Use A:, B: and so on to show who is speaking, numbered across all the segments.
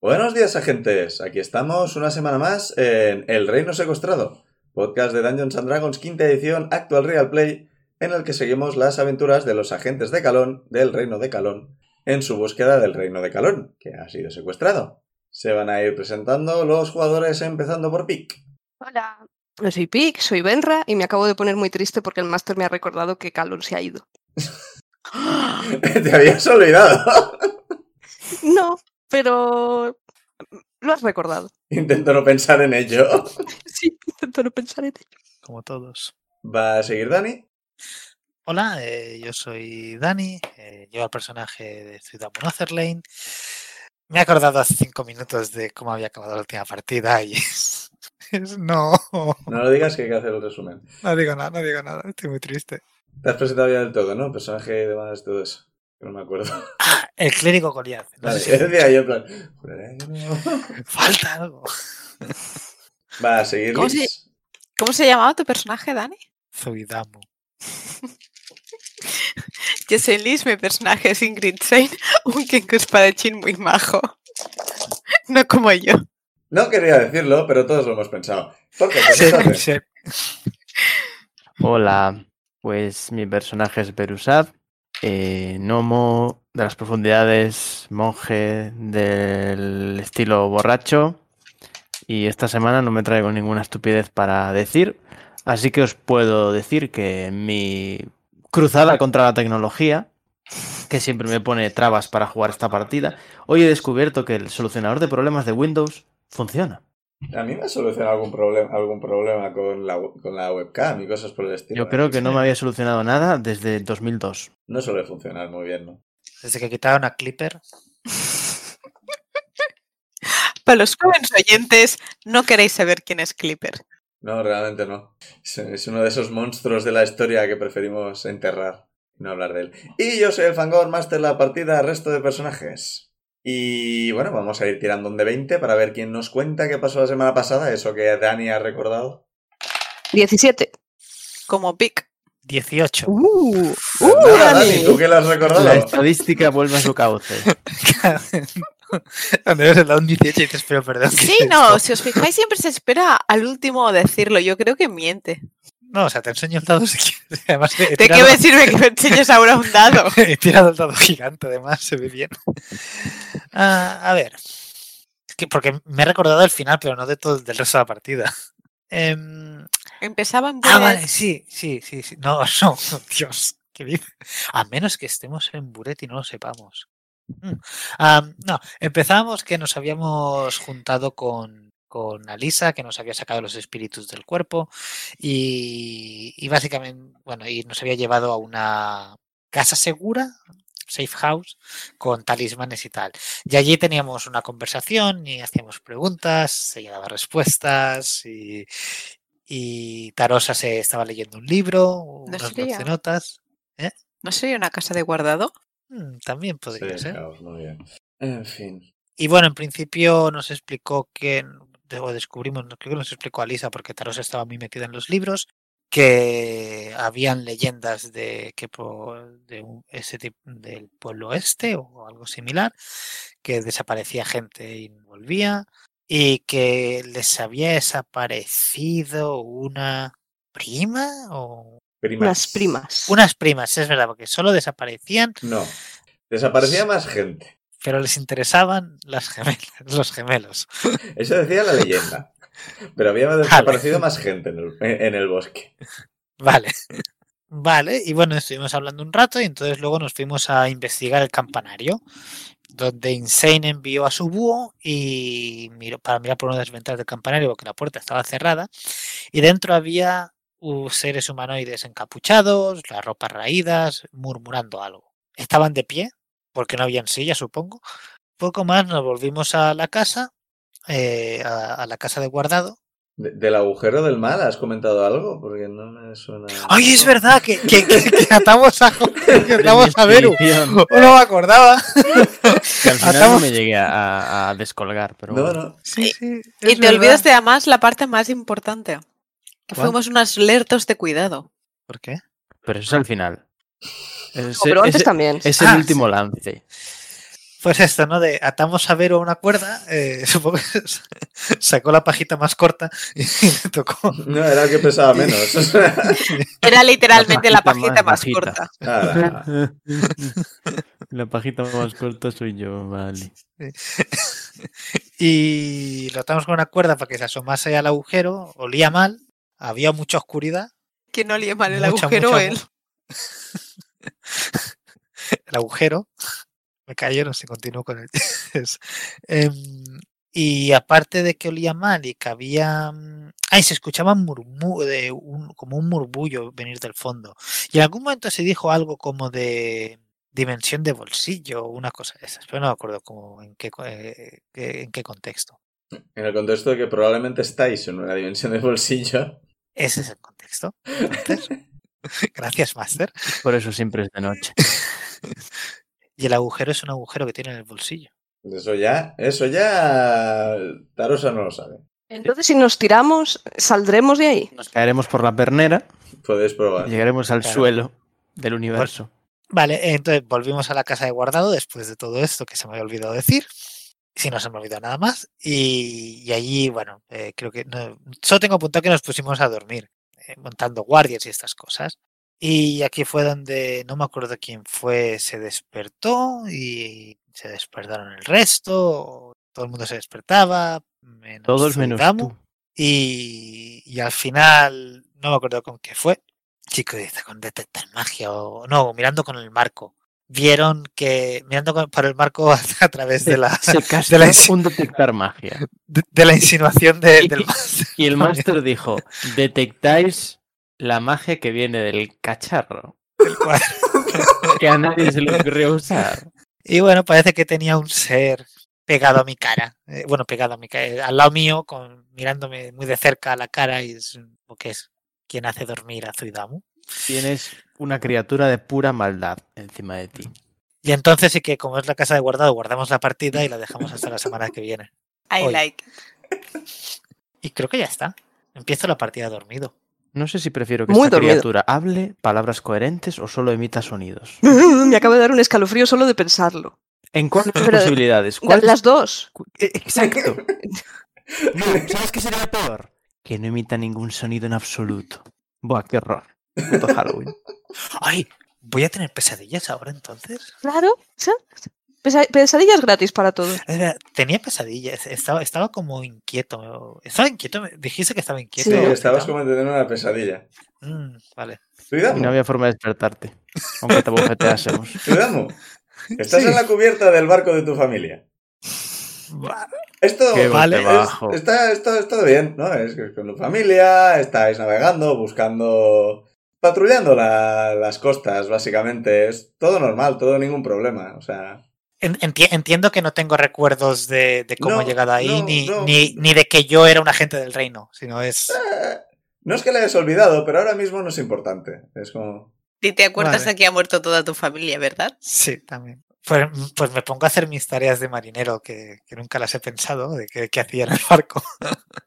A: Buenos días, agentes. Aquí estamos una semana más en El Reino Secuestrado, podcast de Dungeons and Dragons quinta edición Actual Real Play, en el que seguimos las aventuras de los agentes de Calón del Reino de Calón en su búsqueda del Reino de Calón, que ha sido secuestrado. Se van a ir presentando los jugadores empezando por Pic.
B: Hola. Yo soy Pic, soy Benra y me acabo de poner muy triste porque el máster me ha recordado que Calón se ha ido.
A: Te habías olvidado.
B: No, pero lo has recordado.
A: Intento no pensar en ello.
B: Sí, intento no pensar en ello.
C: como todos.
A: ¿Va a seguir Dani?
C: Hola, eh, yo soy Dani, eh, llevo al personaje de Ciudad Monotherlane. Me he acordado hace cinco minutos de cómo había acabado la última partida y es, es- no,
A: No lo digas que hay que hacer el resumen.
C: no digo nada, no digo nada, estoy muy triste.
A: Te has presentado ya del todo, ¿no? Personaje de más todo eso. No me acuerdo.
C: Ah, El clérigo Goliath. No
A: Vale,
C: sé si-
A: yo decía yo en plan, "Juraré que no".
C: Falta algo.
A: Va a seguir
D: ¿Cómo
A: Liz.
D: ¿Cómo se llamaba tu personaje, Dani?
C: Zuidamu.
D: Yo soy Liz, mi personaje es Ingrid Shane, un Kenku espadachín muy majo. No como yo.
A: No quería decirlo, pero todos lo hemos pensado. Porque
C: Se-
A: preséntate.
C: se-
E: Hola, pues mi personaje es Berusad, eh, gnomo de las profundidades, monje del estilo borracho. Y esta semana no me traigo ninguna estupidez para decir, así que os puedo decir que en mi cruzada contra la tecnología, que siempre me pone trabas para jugar esta partida, hoy he descubierto que el solucionador de problemas de Windows funciona.
A: A mí me ha solucionado algún problema, algún problema con, la, con la webcam y cosas por el estilo.
E: Yo creo que no me había solucionado nada desde 2002.
A: No suele funcionar muy bien, ¿no?
C: Desde que quitaron a Clipper,
D: Para los jóvenes oyentes, no queréis saber quién es Clipper.
A: No, realmente no. Es, es uno de esos monstruos de la historia que preferimos enterrar y no hablar de él. Y yo soy el Fangor Master la partida resto de personajes. Y bueno, vamos a ir tirando un de 20 para ver quién nos cuenta qué pasó la semana pasada, eso que Dani ha recordado.
B: 17.
D: Como Pic.
C: 18.
B: ¡Uh!
A: Pues nada, Dani, ¿tú qué lo has recordado?
E: La estadística vuelve a su cauce.
C: Cuando ves el down 18 y dices, pero perdón. ¿qué
D: Sí,
C: es
D: no,
C: esto?
D: si os fijáis siempre se espera al último decirlo. Yo creo que miente.
C: No, o sea, te enseño el dado si quieres. Además, he
D: ¿De qué
C: tirado-
D: me sirve que me enseñes ahora un dado?
C: He tirado el dado gigante, además, se ve bien. Ah, a ver. Es que porque me he recordado el final, pero no de todo del resto de la partida. Em,
D: Empezaban
C: ah, vale, sí, sí, sí, sí. No, no, Dios. ¿qué dice? A menos que estemos en Buret y no lo sepamos. Mm. Ah, no, empezamos que nos habíamos juntado con, con Alisa, que nos había sacado los espíritus del cuerpo y, y básicamente, bueno, y nos había llevado a una casa segura, safe house, con talismanes y tal. Y allí teníamos una conversación y hacíamos preguntas, se daba respuestas y, y Tarosa se estaba leyendo un libro, unas
D: sería?
C: notas. Mm,
D: ¿No sería una casa de guardado?
C: también podría
A: Sí,
C: ser.
A: caos, muy bien. En fin.
C: Y bueno, en principio nos explicó que, o descubrimos, no, creo que nos explicó Alisa, porque Taros estaba muy metida en los libros, que habían leyendas de que po- de un- ese tipo del pueblo este o algo similar, que desaparecía gente y no volvía, y que les había desaparecido una prima o
A: Primas.
B: Unas primas.
C: unas primas, es verdad, porque solo desaparecían,
A: No. Desaparecía más gente.
C: pero les interesaban las gemelas, los gemelos.
A: Eso decía la leyenda. Pero había desaparecido más gente en el, en el bosque.
C: Vale. Vale, y bueno, estuvimos hablando un rato y entonces luego nos fuimos a investigar el campanario, donde Insane envió a su búho y miró, para mirar por una de las ventanas del campanario porque la puerta estaba cerrada y dentro había uh, seres humanoides encapuchados, las ropas raídas, murmurando algo. Estaban de pie, porque no habían silla, supongo. Poco más nos volvimos a la casa, eh, a- a la casa de guardado
A: De- ¿Del agujero del mal has comentado algo? Porque no me suena.
C: ¡Ay, es verdad! Que, que, que- que atamos a, que atamos a Beru.
E: Definición,
C: No me acordaba.
E: que al final no
C: Atamos-
E: me llegué a, a- a descolgar, pero
A: No,
E: bueno.
A: no.
C: Sí, sí,
D: Y
C: es
D: te olvidas
C: verdad.
D: de además la parte más importante. Que
C: ¿Cuál?
D: fuimos unos lertos de cuidado.
C: ¿Por qué?
E: Pero eso es al final. Es,
B: pero antes
E: es-
B: también.
E: es el
C: Ah,
E: último lance.
C: Pues esto, ¿no? De atamos a Vero a una cuerda, eh, supongo que sacó la pajita más corta y le tocó.
A: No, era el que pesaba menos.
D: Era literalmente la pajita
E: pajita más
D: más,
E: bajita.
D: corta.
A: Nada.
C: Ah.
E: La pajita más corta soy yo, vale.
C: Y lo atamos con una cuerda para que se asomase al agujero, olía mal, había mucha oscuridad.
D: Que no le mal el
C: mucha,
D: agujero
C: mucha-
D: él.
C: el agujero. Me callo, no sé, continúo con el. es, em, y aparte de que olía mal y que había. mm, Ay, se escuchaba murmu- de un- como un murmullo venir del fondo. Y en algún momento se dijo algo como de dimensión de bolsillo o una cosa de esas, pero no me acuerdo como en qué, co- eh, qué- en qué contexto.
A: En el contexto de que probablemente estáis en una dimensión de bolsillo.
C: Ese es el contexto. entonces. gracias, Master.
E: Por eso siempre es de noche.
C: Y el agujero es un agujero que tiene en el bolsillo.
A: Eso ya, eso ya. Tarosa no lo sabe.
B: Entonces, si nos tiramos, ¿saldremos de ahí?
E: Nos caeremos por la pernera
A: Podéis
E: y
A: probar.
E: llegaremos al
C: Claro.
E: suelo del universo.
C: Vale, entonces volvimos a la casa de guardado después de todo esto que se me había olvidado decir. Si no se me olvidó nada más. Y, y allí, bueno, eh, creo que. no- solo tengo apuntado que nos pusimos a dormir, eh, montando guardias y estas cosas. Y aquí fue donde no me acuerdo quién fue, se despertó y se despertaron el resto. Todo el mundo se despertaba. Menos
E: Todos menos
C: Zuidamu.
E: tú.
C: Y, y al final, no me acuerdo con qué fue, chico dice, con detectar magia o no, mirando con el marco. Vieron que, mirando con- para el marco a, a través de la,
E: Se castó
C: de la insi-
E: un detectar magia.
C: de, de la insinuación de- del máster.
E: Y el
C: Vale.
E: máster dijo, detectáis la magia que viene del cacharro.
C: cual.
E: que a nadie se le ocurrió usar.
C: Y bueno, parece que tenía un ser pegado a mi cara, eh, bueno, pegado a mi cara, al lado mío, con, mirándome muy de cerca a la cara y es lo que es quien hace dormir a Zuidamu.
E: Tienes una criatura de pura maldad encima de ti.
C: Y entonces sí que, como es la casa de guardado, guardamos la partida y la dejamos hasta la semana que viene.
D: I
C: Oye.
D: like.
C: Y creo que ya está. Empiezo la partida dormido.
E: No sé si prefiero que
B: Muy
E: esta
B: dormido.
E: criatura hable palabras coherentes o solo emita sonidos.
B: Me acabo de dar un escalofrío solo de pensarlo.
E: ¿En cuántas
B: Pero-
E: posibilidades? ¿Cuál-
B: Las dos.
E: cu- eh, Exacto. No, ¿Sabes qué sería peor? Que no emita ningún sonido en absoluto. Buah, qué horror. Puto Halloween.
C: Ay, voy a tener pesadillas ahora entonces.
B: Claro. ¿sí? Pesa- Pesadillas gratis para todos.
C: Es verdad, Tenía pesadillas, estaba, estaba como inquieto. Estaba inquieto, me- dijiste que estaba inquieto.
A: Sí,
C: ¿no?
A: estabas como teniendo una pesadilla.
C: Mm, vale.
E: Y no
A: Cuidado,
E: había forma de despertarte. Aunque te bofeteásemos.
A: cuidado. Estás
C: Sí.
A: en la cubierta del barco de tu familia.
C: Va-
A: Esto
E: Qué
A: es-
C: vale.
E: bajo.
A: está, está, está bien, ¿no? Es que con tu familia, estáis navegando, buscando, patrullando la- las costas, básicamente. Es todo normal, todo ningún problema. O sea,
C: En- enti- entiendo que no tengo recuerdos de, de cómo
A: No,
C: he llegado ahí,
A: no,
C: ni,
A: no.
C: Ni, ni de que yo era un agente del reino, sino es...
A: eh, no es que le hayas olvidado, pero ahora mismo no es importante. Es como...
D: Y te acuerdas
C: Vale.
D: de que ha muerto toda tu familia, ¿verdad?
C: Sí, también. Pues, pues me pongo a hacer mis tareas de marinero, que, que nunca las he pensado, de qué qué hacía en el barco.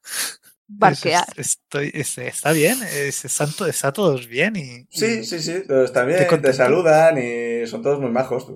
C: Es- es-
B: Barquear.
C: Estoy, es- está bien, es- están to- está todos bien y...
A: Sí,
C: y-
A: sí, sí, todo está bien,
C: Estoy
A: te,
C: contento.
A: saludan y son todos muy majos.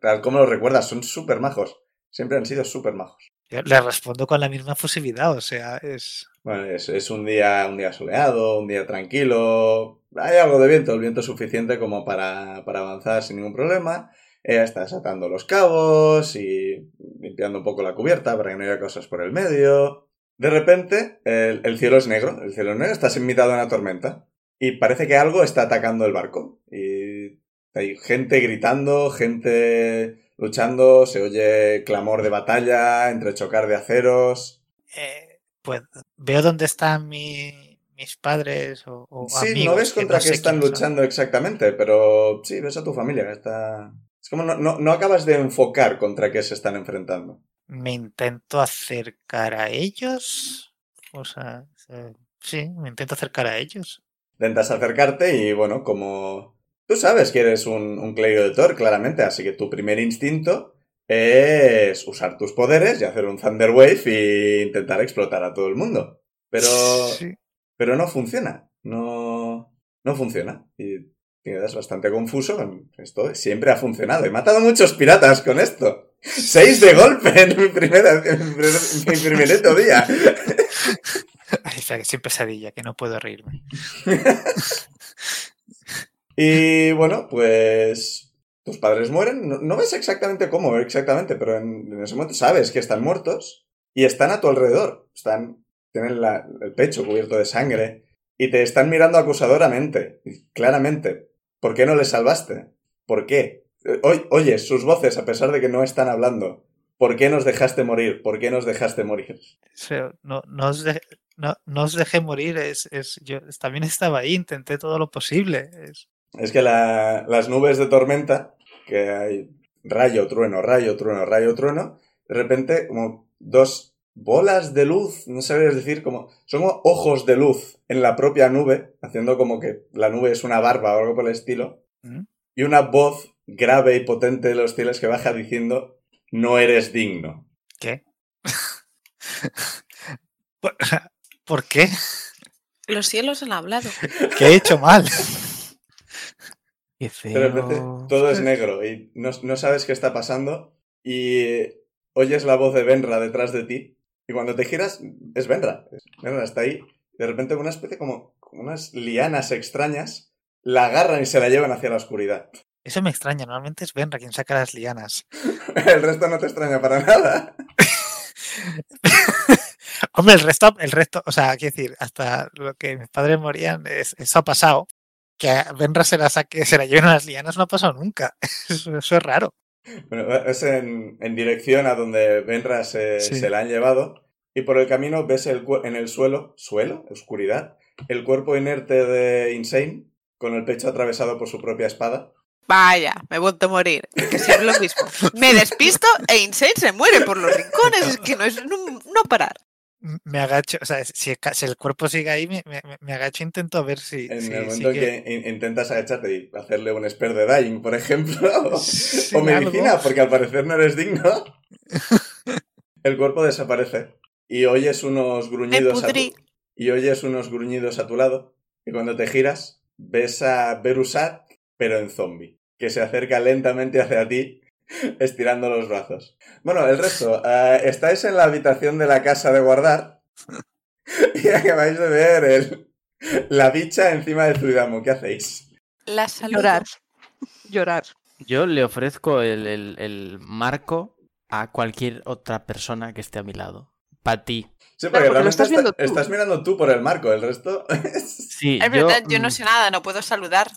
A: Tal como los recuerdas, son súper majos. Siempre han sido súper majos.
C: Yo le respondo con la misma fusividad, o sea, es.
A: Bueno, es, es un día un día soleado, un día tranquilo. Hay algo de viento, el viento es suficiente como para, para avanzar sin ningún problema. Eh, estás atando los cabos y limpiando un poco la cubierta para que no haya cosas por el medio. De repente, el, el cielo es negro. El cielo es negro, estás invitado a una tormenta. Y parece que algo está atacando el barco. Y hay gente gritando, gente luchando, se oye clamor de batalla, entre chocar de aceros.
C: eh, pues veo dónde están mi- mis padres o, o
A: Sí,
C: amigos.
A: no ves
C: que
A: contra
C: no
A: qué
C: sé
A: están
C: quiénes son.
A: luchando exactamente, pero sí, ves a tu familia. Está... Es como no, no, no acabas de enfocar contra qué se están enfrentando.
C: Me intento acercar a ellos. O sea, eh, sí, me intento acercar a ellos.
A: Intentas acercarte y bueno, como tú sabes que eres un, un clérigo de Thor, claramente, así que tu primer instinto es usar tus poderes y hacer un Thunder Wave e intentar explotar a todo el mundo. Pero,
C: Sí.
A: pero no funciona, no, no funciona. Y te quedas bastante confuso. con Esto siempre ha funcionado. He matado muchos piratas con esto. Seis de golpe en mi, primera, en mi primer- en mi primerito día.
C: Ay, espera, que soy pesadilla, que no puedo reírme.
A: Y bueno, pues tus padres mueren. No, no ves exactamente cómo, exactamente, pero en, en ese momento sabes que están muertos y están a tu alrededor. Están, tienen la- el pecho cubierto de sangre y te están mirando acusadoramente, y claramente. ¿Por qué no les salvaste? ¿Por qué? Eh, oy- oyes sus voces a pesar de que no están hablando. ¿Por qué nos dejaste morir? ¿Por qué nos dejaste morir?
C: O sea, no, no, os de- no, no os dejé morir, es, es- yo también estaba ahí, intenté todo lo posible. es-
A: Es que la- las nubes de tormenta, que hay rayo, trueno, rayo, trueno, rayo, trueno, de repente como dos bolas de luz, no sabrías decir, como son como ojos de luz en la propia nube, haciendo como que la nube es una barba o algo por el estilo,
C: ¿Mm?
A: y una voz grave y potente de los cielos que baja diciendo, no eres digno.
C: ¿Por, ¿por qué?
D: Los cielos han hablado.
C: ¿Qué he hecho mal?
E: Qué
A: De repente
E: feo.
A: todo es negro y no, no sabes qué está pasando y oyes la voz de Benra detrás de ti y cuando te giras es Benra. Benra está ahí. De repente una especie como, como unas lianas extrañas la agarran y se la llevan hacia la oscuridad.
C: Eso me extraña, normalmente es Benra quien saca las lianas.
A: El resto no te extraña para nada.
C: Hombre, el resto, el resto, o sea, quiero decir, hasta lo que mis padres morían, es- eso ha pasado. Que a Benra se la saque, se la lleven a las lianas, no ha pasado nunca. Eso, eso es raro.
A: Bueno, es en, en dirección a donde Benra se,
C: Sí.
A: se la han llevado y por el camino ves el, cuer- en el suelo, suelo, oscuridad, el cuerpo inerte de Insane con el pecho atravesado por su propia espada.
D: Vaya, me voy a morir. es Que siempre lo mismo. Me despisto e Insane se muere por los rincones. Es que no es no, no parar.
C: M- Me agacho, o sea, si, el ca- si el cuerpo sigue ahí, me, me- me- me agacho e intento ver si.
A: En
C: si-
A: el
C: si
A: momento en
C: que-
A: que in- intentas agacharte y hacerle un spare de dying, por ejemplo,
C: si
A: o
C: algo.
A: medicina, porque al parecer no eres digno, el cuerpo desaparece y oyes unos
D: Me
A: gruñidos a tu,
D: pudrí.
A: y oyes unos gruñidos a tu lado y cuando te giras ves a Berusat pero en zombie, que se acerca lentamente hacia ti estirando los brazos. Bueno, el resto, eh, estáis en la habitación de la casa de guardar y acabáis de ver el, la bicha encima de Zuidamo, ¿qué hacéis?
D: La salud.
B: Llorar. Llorar.
E: Yo le ofrezco el, el- el marco a cualquier otra persona que esté a mi lado. Para ti.
A: Sí, porque
B: Claro, porque lo
A: realmente
B: estás
A: está-
B: viendo tú.
A: estás mirando tú por el marco, el resto.
E: Sí,
D: Es verdad, yo
E: mm,
D: no sé nada, no puedo saludar.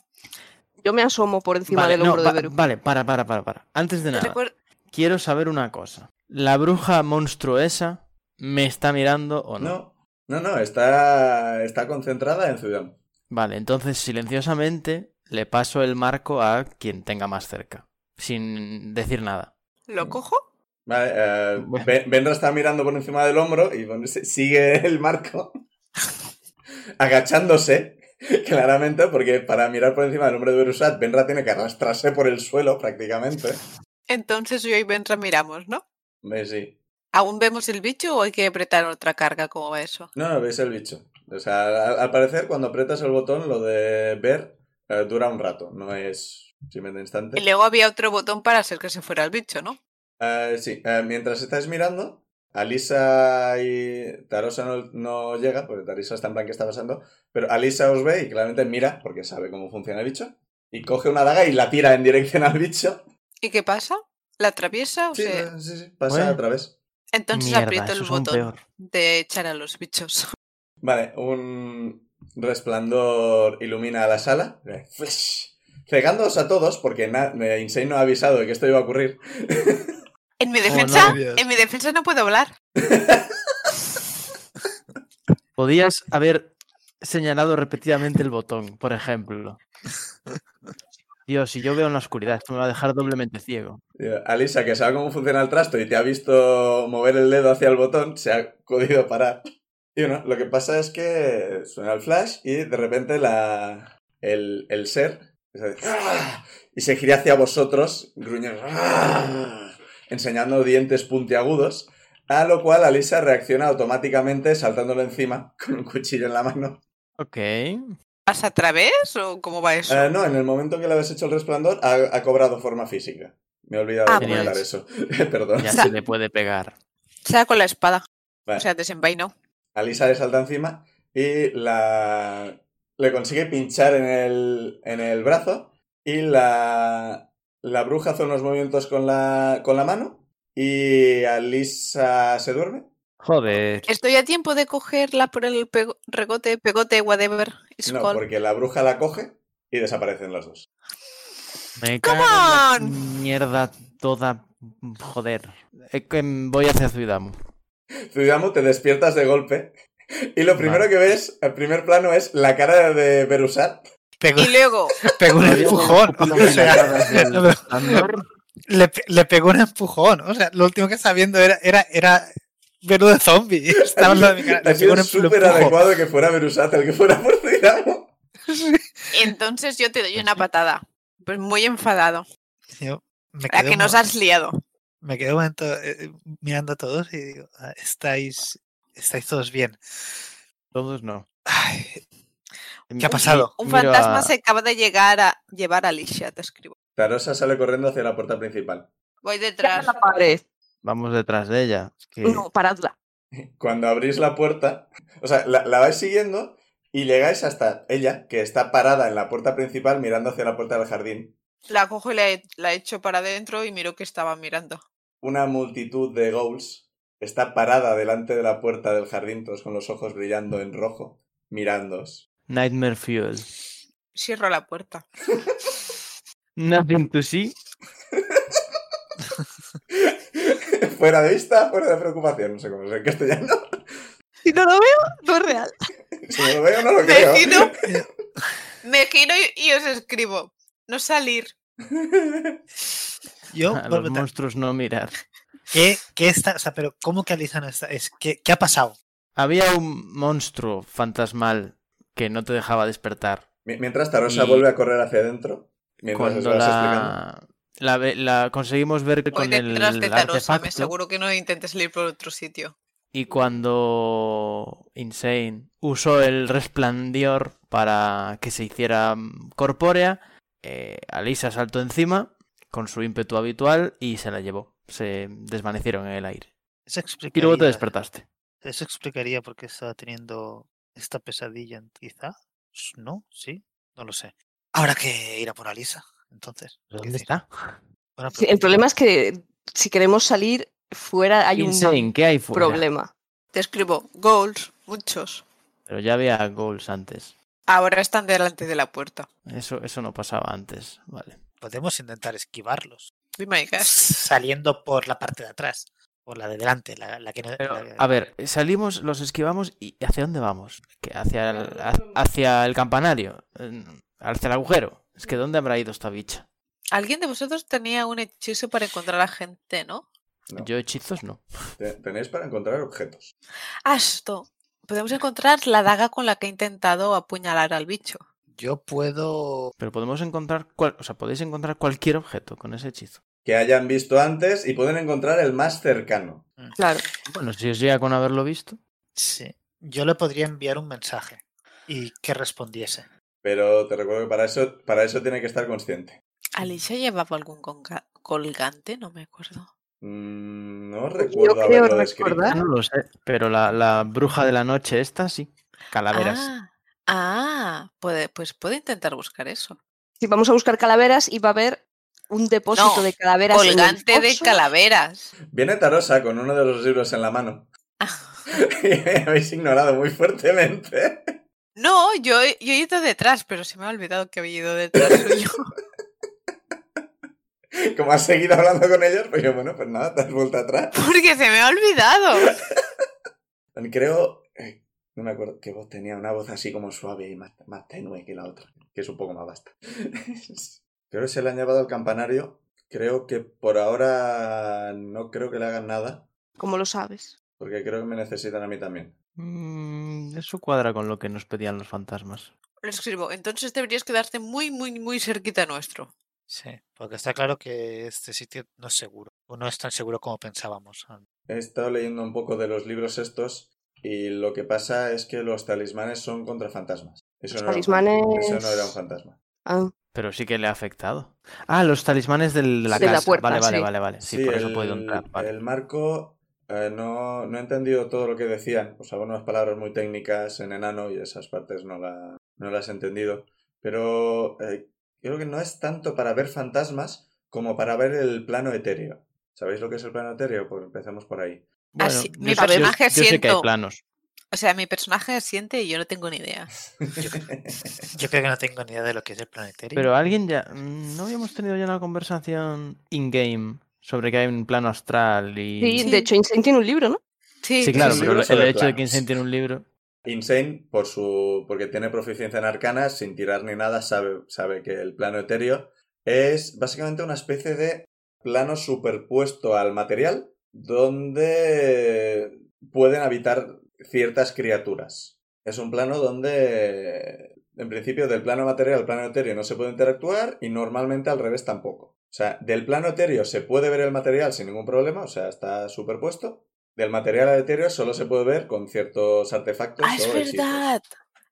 B: Yo me asomo por encima
E: vale,
B: del
E: no,
B: hombro
E: va-
B: de Beru.
E: Vale, para, para, para, para. Antes de nada,
D: Recuer-
E: quiero saber una cosa. ¿La bruja monstruosa me está mirando o no?
A: No, no, no, está, está concentrada en Ciudad.
E: Vale, entonces silenciosamente le paso el marco a quien tenga más cerca. Sin decir nada.
D: ¿Lo cojo?
A: Vale, eh,
E: Bueno.
A: Ben- Benra está mirando por encima del hombro y bueno, se- sigue el marco agachándose, claramente, porque para mirar por encima del hombro de Berusat, Benra tiene que arrastrarse por el suelo prácticamente.
D: Entonces yo y Benra miramos, ¿no?
A: Ve, sí.
D: ¿Aún vemos el bicho o hay que apretar otra carga como eso?
A: No, no, veis el bicho. O sea, al, al parecer cuando aprietas el botón, lo de ver eh, dura un rato, no es simplemente instante.
D: Y luego había otro botón para hacer que se fuera el bicho, ¿no?
A: Eh, sí, eh, mientras estáis mirando, Alisa y Tarosa no, no llega, porque Tarisa está en plan que está pasando, pero Alisa os ve y claramente mira, porque sabe cómo funciona el bicho, y coge una daga y la tira en dirección al bicho.
D: ¿Y qué pasa? ¿La atraviesa o
A: Sí,
D: se-
A: eh, sí, sí, pasa
E: Bueno.
A: a través.
D: Entonces
E: Mierda,
D: aprieto el
E: esos son
D: botón
E: peor.
D: de echar a los bichos.
A: Vale, un resplandor ilumina la sala, eh, flash, cegándoos a todos, porque na- eh, Insane no ha avisado de que esto iba a ocurrir.
D: En mi
E: no,
D: defensa,
C: Dios.
D: en mi defensa no puedo hablar.
E: Podías haber señalado repetidamente el botón, por ejemplo. Dios, si yo veo en la oscuridad, esto me va a dejar doblemente ciego.
A: Eh, Alisa, que sabe cómo funciona el trasto y te ha visto mover el dedo hacia el botón, se ha podido parar. Y bueno, lo que pasa es que suena el flash y de repente la, el, el ser ¡ah! y se gira hacia vosotros, gruñendo, ¡ah! enseñando dientes puntiagudos, a lo cual Alisa reacciona automáticamente saltándolo encima con un cuchillo en la mano.
E: Ok.
D: ¿Pasa a través o cómo va eso?
A: Eh, no, en el momento que le habéis hecho el resplandor ha, ha cobrado forma física. Me he olvidado
D: Ah,
A: de comentar
E: pues.
A: eso. Perdón.
E: Ya
D: sea-
E: se le puede pegar.
D: Sea con la espada.
A: Vale.
D: O sea, desenvainó.
A: Alisa le salta encima y la le consigue pinchar en el, en el brazo y la, la bruja hace unos movimientos con la, con la mano y Alisa se duerme.
E: Joder.
D: Estoy a tiempo de cogerla por el pego- regote, pegote, whatever. is
A: No,
D: called.
A: porque la bruja la coge y desaparecen los dos.
E: Me
D: Come
E: cago en la
D: on.
E: Mierda toda. Joder. Es que voy hacia Zuidamu.
A: Zuidamu, te despiertas de golpe y lo primero
E: Vale.
A: que ves, el primer plano, es la cara de Berusat.
C: Pegó,
D: Y luego,
C: pegó un empujón. o sea, no, pero
E: Andor.
C: le, pe- le pegó un empujón. O sea, lo último que estaba viendo era, era, era verlo de zombie. Estaba hablando de mi cara.
A: Ha
C: Le pegó
A: sido
C: un empu- le
A: súper
C: empujó.
A: adecuado que fuera Berusat el que fuera por Zuidamu.
D: entonces yo te doy una patada. Pues muy enfadado.
C: Yo me
D: La
C: quedé
D: que
C: un
D: nos
C: mo-
D: has liado.
C: me quedo un momento eh, mirando a todos y digo, "Ah, estáis, estáis todos bien.
E: Todos no.
C: Ay, ¿Qué ha pasado?
D: Un
E: Miro
D: fantasma
E: a-
D: se acaba de llegar a llevar a Alicia, te escribo.
A: Tarosa sale corriendo hacia la puerta principal.
D: Voy detrás.
B: la pared.
E: Vamos detrás de ella. que-
B: No, paradla.
A: Cuando abrís la puerta, o sea, la, la vais siguiendo y llegáis hasta ella, que está parada en la puerta principal mirando hacia la puerta del jardín.
D: La cojo y la, e- la echo para adentro y miro que estaba mirando.
A: Una multitud de ghouls está parada delante de la puerta del jardín, todos con los ojos brillando en rojo, mirándoos.
E: Nightmare Fuel.
D: Cierro la puerta.
E: Nothing to see.
A: fuera de vista, fuera de preocupación, no sé cómo es en castellano.
B: Si no lo veo, no es real.
A: Si no lo veo, no lo creo.
D: Me giro, me giro y, y os escribo. No salir.
C: Yo,
E: A los
C: vuelvo a-
E: monstruos no mirar.
C: ¿qué, qué está? O sea, pero ¿cómo que Alisa no está? Es, ¿qué, ¿Qué ha pasado?
E: Había un monstruo fantasmal que no te dejaba despertar.
A: Mi- Mientras Tarosa
E: Y-
A: vuelve a correr hacia adentro, mientras os
E: Cuando
A: lo Eh, vas explicando.
E: la... La, ve- la conseguimos ver
D: Voy
E: con el
D: detrás de Tarosa. Me
E: artefacto
D: aseguro que no intentes salir por otro sitio.
E: y cuando Insane usó el resplandor para que se hiciera mm, corpórea, eh, Alisa saltó encima con su ímpetu habitual y se la llevó. Se desvanecieron en el aire.
C: Eso
E: Y luego te
C: explicaría-
E: despertaste.
C: Eso explicaría por qué estaba teniendo esta pesadilla, quizá. S- No, sí, no lo sé. Habrá que ir a por Alisa, entonces. quiero
E: ¿Dónde
C: decir,
E: está?
C: buena
B: Sí, el
C: pregunta.
B: problema es que si queremos salir fuera hay un
E: Insane, ¿qué hay fuera?
B: problema.
D: Te escribo goals, muchos.
E: Pero ya había goals antes.
D: Ahora están delante de la puerta.
E: Eso, eso no pasaba antes, vale.
C: Podemos intentar esquivarlos.
D: Oh my God.
C: Saliendo por la parte de atrás. Por la de delante, la, la que no.
E: Pero,
C: la que-
E: a ver, salimos, los esquivamos y ¿hacia dónde vamos? Que hacia
B: Eh,
E: el, ha- hacia el campanario, eh, hacia el agujero. Es que ¿dónde habrá ido esta bicha?
D: Alguien de vosotros tenía un hechizo para encontrar a gente, ¿no?
A: No.
E: Yo hechizos no.
A: Te- Tenéis para encontrar objetos.
D: Ah, esto. Podemos encontrar la daga con la que he intentado apuñalar al bicho.
C: Yo puedo.
E: Pero podemos encontrar, cual- o sea, podéis encontrar cualquier objeto con ese hechizo.
A: Que hayan visto antes y pueden encontrar el más cercano.
B: Claro.
E: Bueno, si os llega con haberlo visto.
C: Sí. Yo le podría enviar un mensaje y que respondiese.
A: Pero te recuerdo que para eso, para eso tiene que estar consciente.
D: ¿Alicia llevaba algún conga- colgante? No me acuerdo.
A: Mm, No recuerdo
B: Pues creo
A: haberlo
B: recordar.
A: descrito.
E: No lo sé. Pero la, la bruja de la noche esta sí. Calaveras.
D: Ah, ah, puede, pues puedo intentar buscar eso.
B: Si vamos a buscar calaveras y va a haber un depósito
D: No,
B: de calaveras. en el
D: Colgante de
B: foso.
D: calaveras.
A: Viene Tarosa con uno de los libros en la mano.
B: Ah.
A: Y me habéis ignorado muy fuertemente.
D: No, yo, he- yo he ido detrás, pero se me ha olvidado que había ido detrás suyo.
A: Como has seguido hablando con ellos, pues yo, bueno, pues nada, te has vuelto atrás.
D: Porque se me ha olvidado.
A: Creo. eh, No me acuerdo qué voz tenía, una voz así como suave y más, más tenue que la otra, que es un poco más vasta. creo que se le han llevado al campanario. Creo que por ahora no creo que le hagan nada,
B: Como lo sabes.
A: porque creo que me necesitan a mí también.
E: Mm, eso cuadra con lo que nos pedían los fantasmas.
D: Lo escribo. Entonces deberías quedarte muy, muy, muy cerquita nuestro.
C: Sí, porque está claro que este sitio no es seguro, o no es tan seguro como pensábamos.
A: He estado leyendo un poco de los libros estos y lo que pasa es que los talismanes son contra fantasmas. Eso,
B: Los
A: no, era un
B: talismanes-
A: fantasma, eso no era un fantasma.
B: Ah,
E: Pero sí que le ha afectado. Ah, los talismanes del- de la
B: De la
E: casa.
B: puerta,
E: vale, vale,
B: sí.
E: vale, vale. Sí, por eso he podido entrar. Vale.
A: el marco eh, no, no he entendido todo lo que decían. Pues algunas palabras muy técnicas en enano y esas partes no, la- no las he entendido. Pero eh, creo que no es tanto para ver fantasmas como para ver el plano etéreo. ¿Sabéis lo que es el plano etéreo? Pues empezamos por ahí.
E: Bueno,
D: Así-
E: yo
D: mi
E: sé- yo-
D: personaje
E: yo sé que hay
D: siento-
E: planos.
D: O sea, mi personaje siente y yo no tengo ni idea.
C: Yo creo que no tengo ni idea de lo que es el planetario.
E: Pero alguien ya. mm, ¿No habíamos tenido ya una conversación in-game sobre que hay un plano astral y.
B: sí, de hecho, Insane tiene un libro, ¿no?
D: Sí,
E: Sí, claro,
A: un
E: pero
A: libro
E: el
A: sobre
E: hecho de que
A: planos.
E: Insane tiene un libro.
A: Insane, por su, porque tiene proficiencia en arcanas, sin tirar ni nada, sabe, sabe que el plano etéreo es básicamente una especie de plano superpuesto al material donde pueden habitar ciertas criaturas. Es un plano donde, en principio, del plano material al plano etéreo no se puede interactuar y normalmente al revés tampoco. O sea, del plano etéreo se puede ver el material sin ningún problema, o sea, está superpuesto. Del material al etéreo solo se puede ver con ciertos artefactos.
D: Ah, es
A: o hechizos.
D: verdad.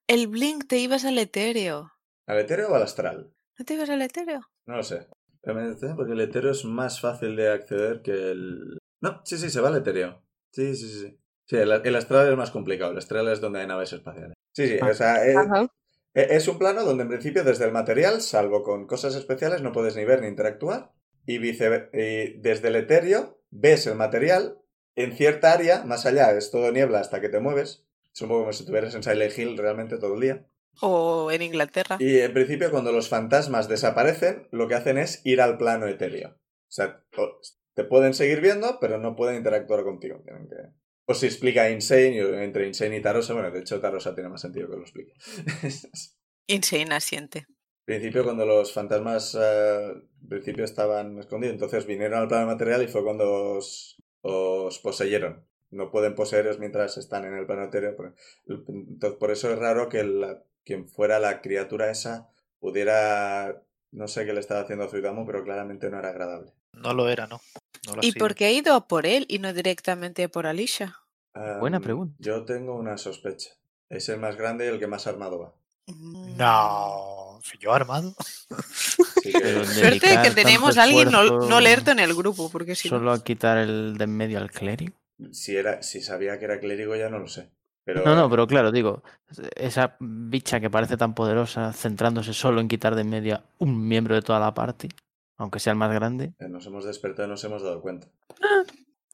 D: El Blink te ibas al etéreo.
A: ¿Al etéreo o al astral?
D: ¿No te ibas al etéreo?
A: No lo sé. Realmente, Porque el etéreo es más fácil de acceder que el... No, sí, sí, se va al etéreo. Sí, sí, sí, sí. Sí, el, el astral es más complicado. El astral es donde hay naves espaciales. Sí, sí, o sea, eh,
B: Ajá.
A: eh, es un plano donde en principio desde el material, salvo con cosas especiales, no puedes ni ver ni interactuar. Y, vice- y desde el etéreo ves el material en cierta área, más allá es todo niebla hasta que te mueves. Es un poco como si estuvieras en Silent Hill realmente todo el día.
D: O en Inglaterra.
A: Y en principio, cuando los fantasmas desaparecen, lo que hacen es ir al plano etéreo. O sea, o- te pueden seguir viendo, pero no pueden interactuar contigo. Tienen que... O si explica Insane, y entre Insane y Tarosa, bueno, de hecho Tarosa tiene más sentido que lo explique. en
D: Insane asiente.
A: principio, cuando los fantasmas eh, en principio estaban escondidos, entonces vinieron al plano material y fue cuando os, os poseyeron. No pueden poseeros mientras están en el plano etéreo. por- Entonces, por eso es raro que la- quien fuera la criatura esa pudiera. No sé qué le estaba haciendo a Zuidamu, pero claramente no era agradable.
C: No lo era, ¿no? No lo ha
D: ¿Y
C: sido.
D: por qué ha ido a por él y no directamente a por Alicia?
A: Ah,
E: Buena pregunta.
A: Yo tengo una sospecha. Es el más grande y el que más armado va.
D: Mm.
C: No, soy yo armado.
A: Así que-
E: Pero
D: Suerte de
E: dedicar
D: que
E: tanto
D: tenemos a alguien no,
E: esfuerzo
D: no leerto en el grupo, porque si no-
E: Solo a quitar el de en medio al clérigo.
A: si, era, si sabía que era clérigo, ya no lo sé. Pero,
E: No, no, pero claro, digo, esa bicha que parece tan poderosa, centrándose solo en quitar de en medio a un miembro de toda la party, aunque sea el más grande.
A: eh, nos hemos despertado y nos hemos dado cuenta.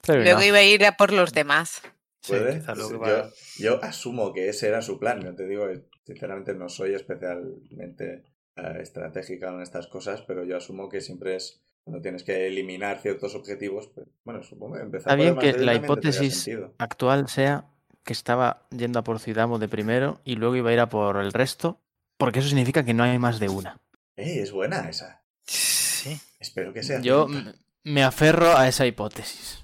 E: fair
D: Luego
E: enough.
D: iba a ir a por los demás.
C: Sí,
A: ¿Puede?
C: quizá lo que
A: Yo-
C: va-
A: yo, asumo que ese era su plan. Yo te digo, que, sinceramente, no soy especialmente eh, estratégica en estas cosas, pero yo asumo que siempre es cuando tienes que eliminar ciertos objetivos. pues, bueno, supongo que empezar
E: Está
A: por
E: bien
A: el más
E: que
A: débil
E: la
A: también tendría
E: hipótesis-
A: sentido.
E: actual sea que estaba yendo a por Zidamo de primero y luego iba a ir a por el resto, porque eso significa que no hay más de una.
A: ¡Ey, Eh, es buena esa!
C: Sí.
A: Espero que sea.
E: Yo
A: cierta.
E: m- me aferro a esa hipótesis.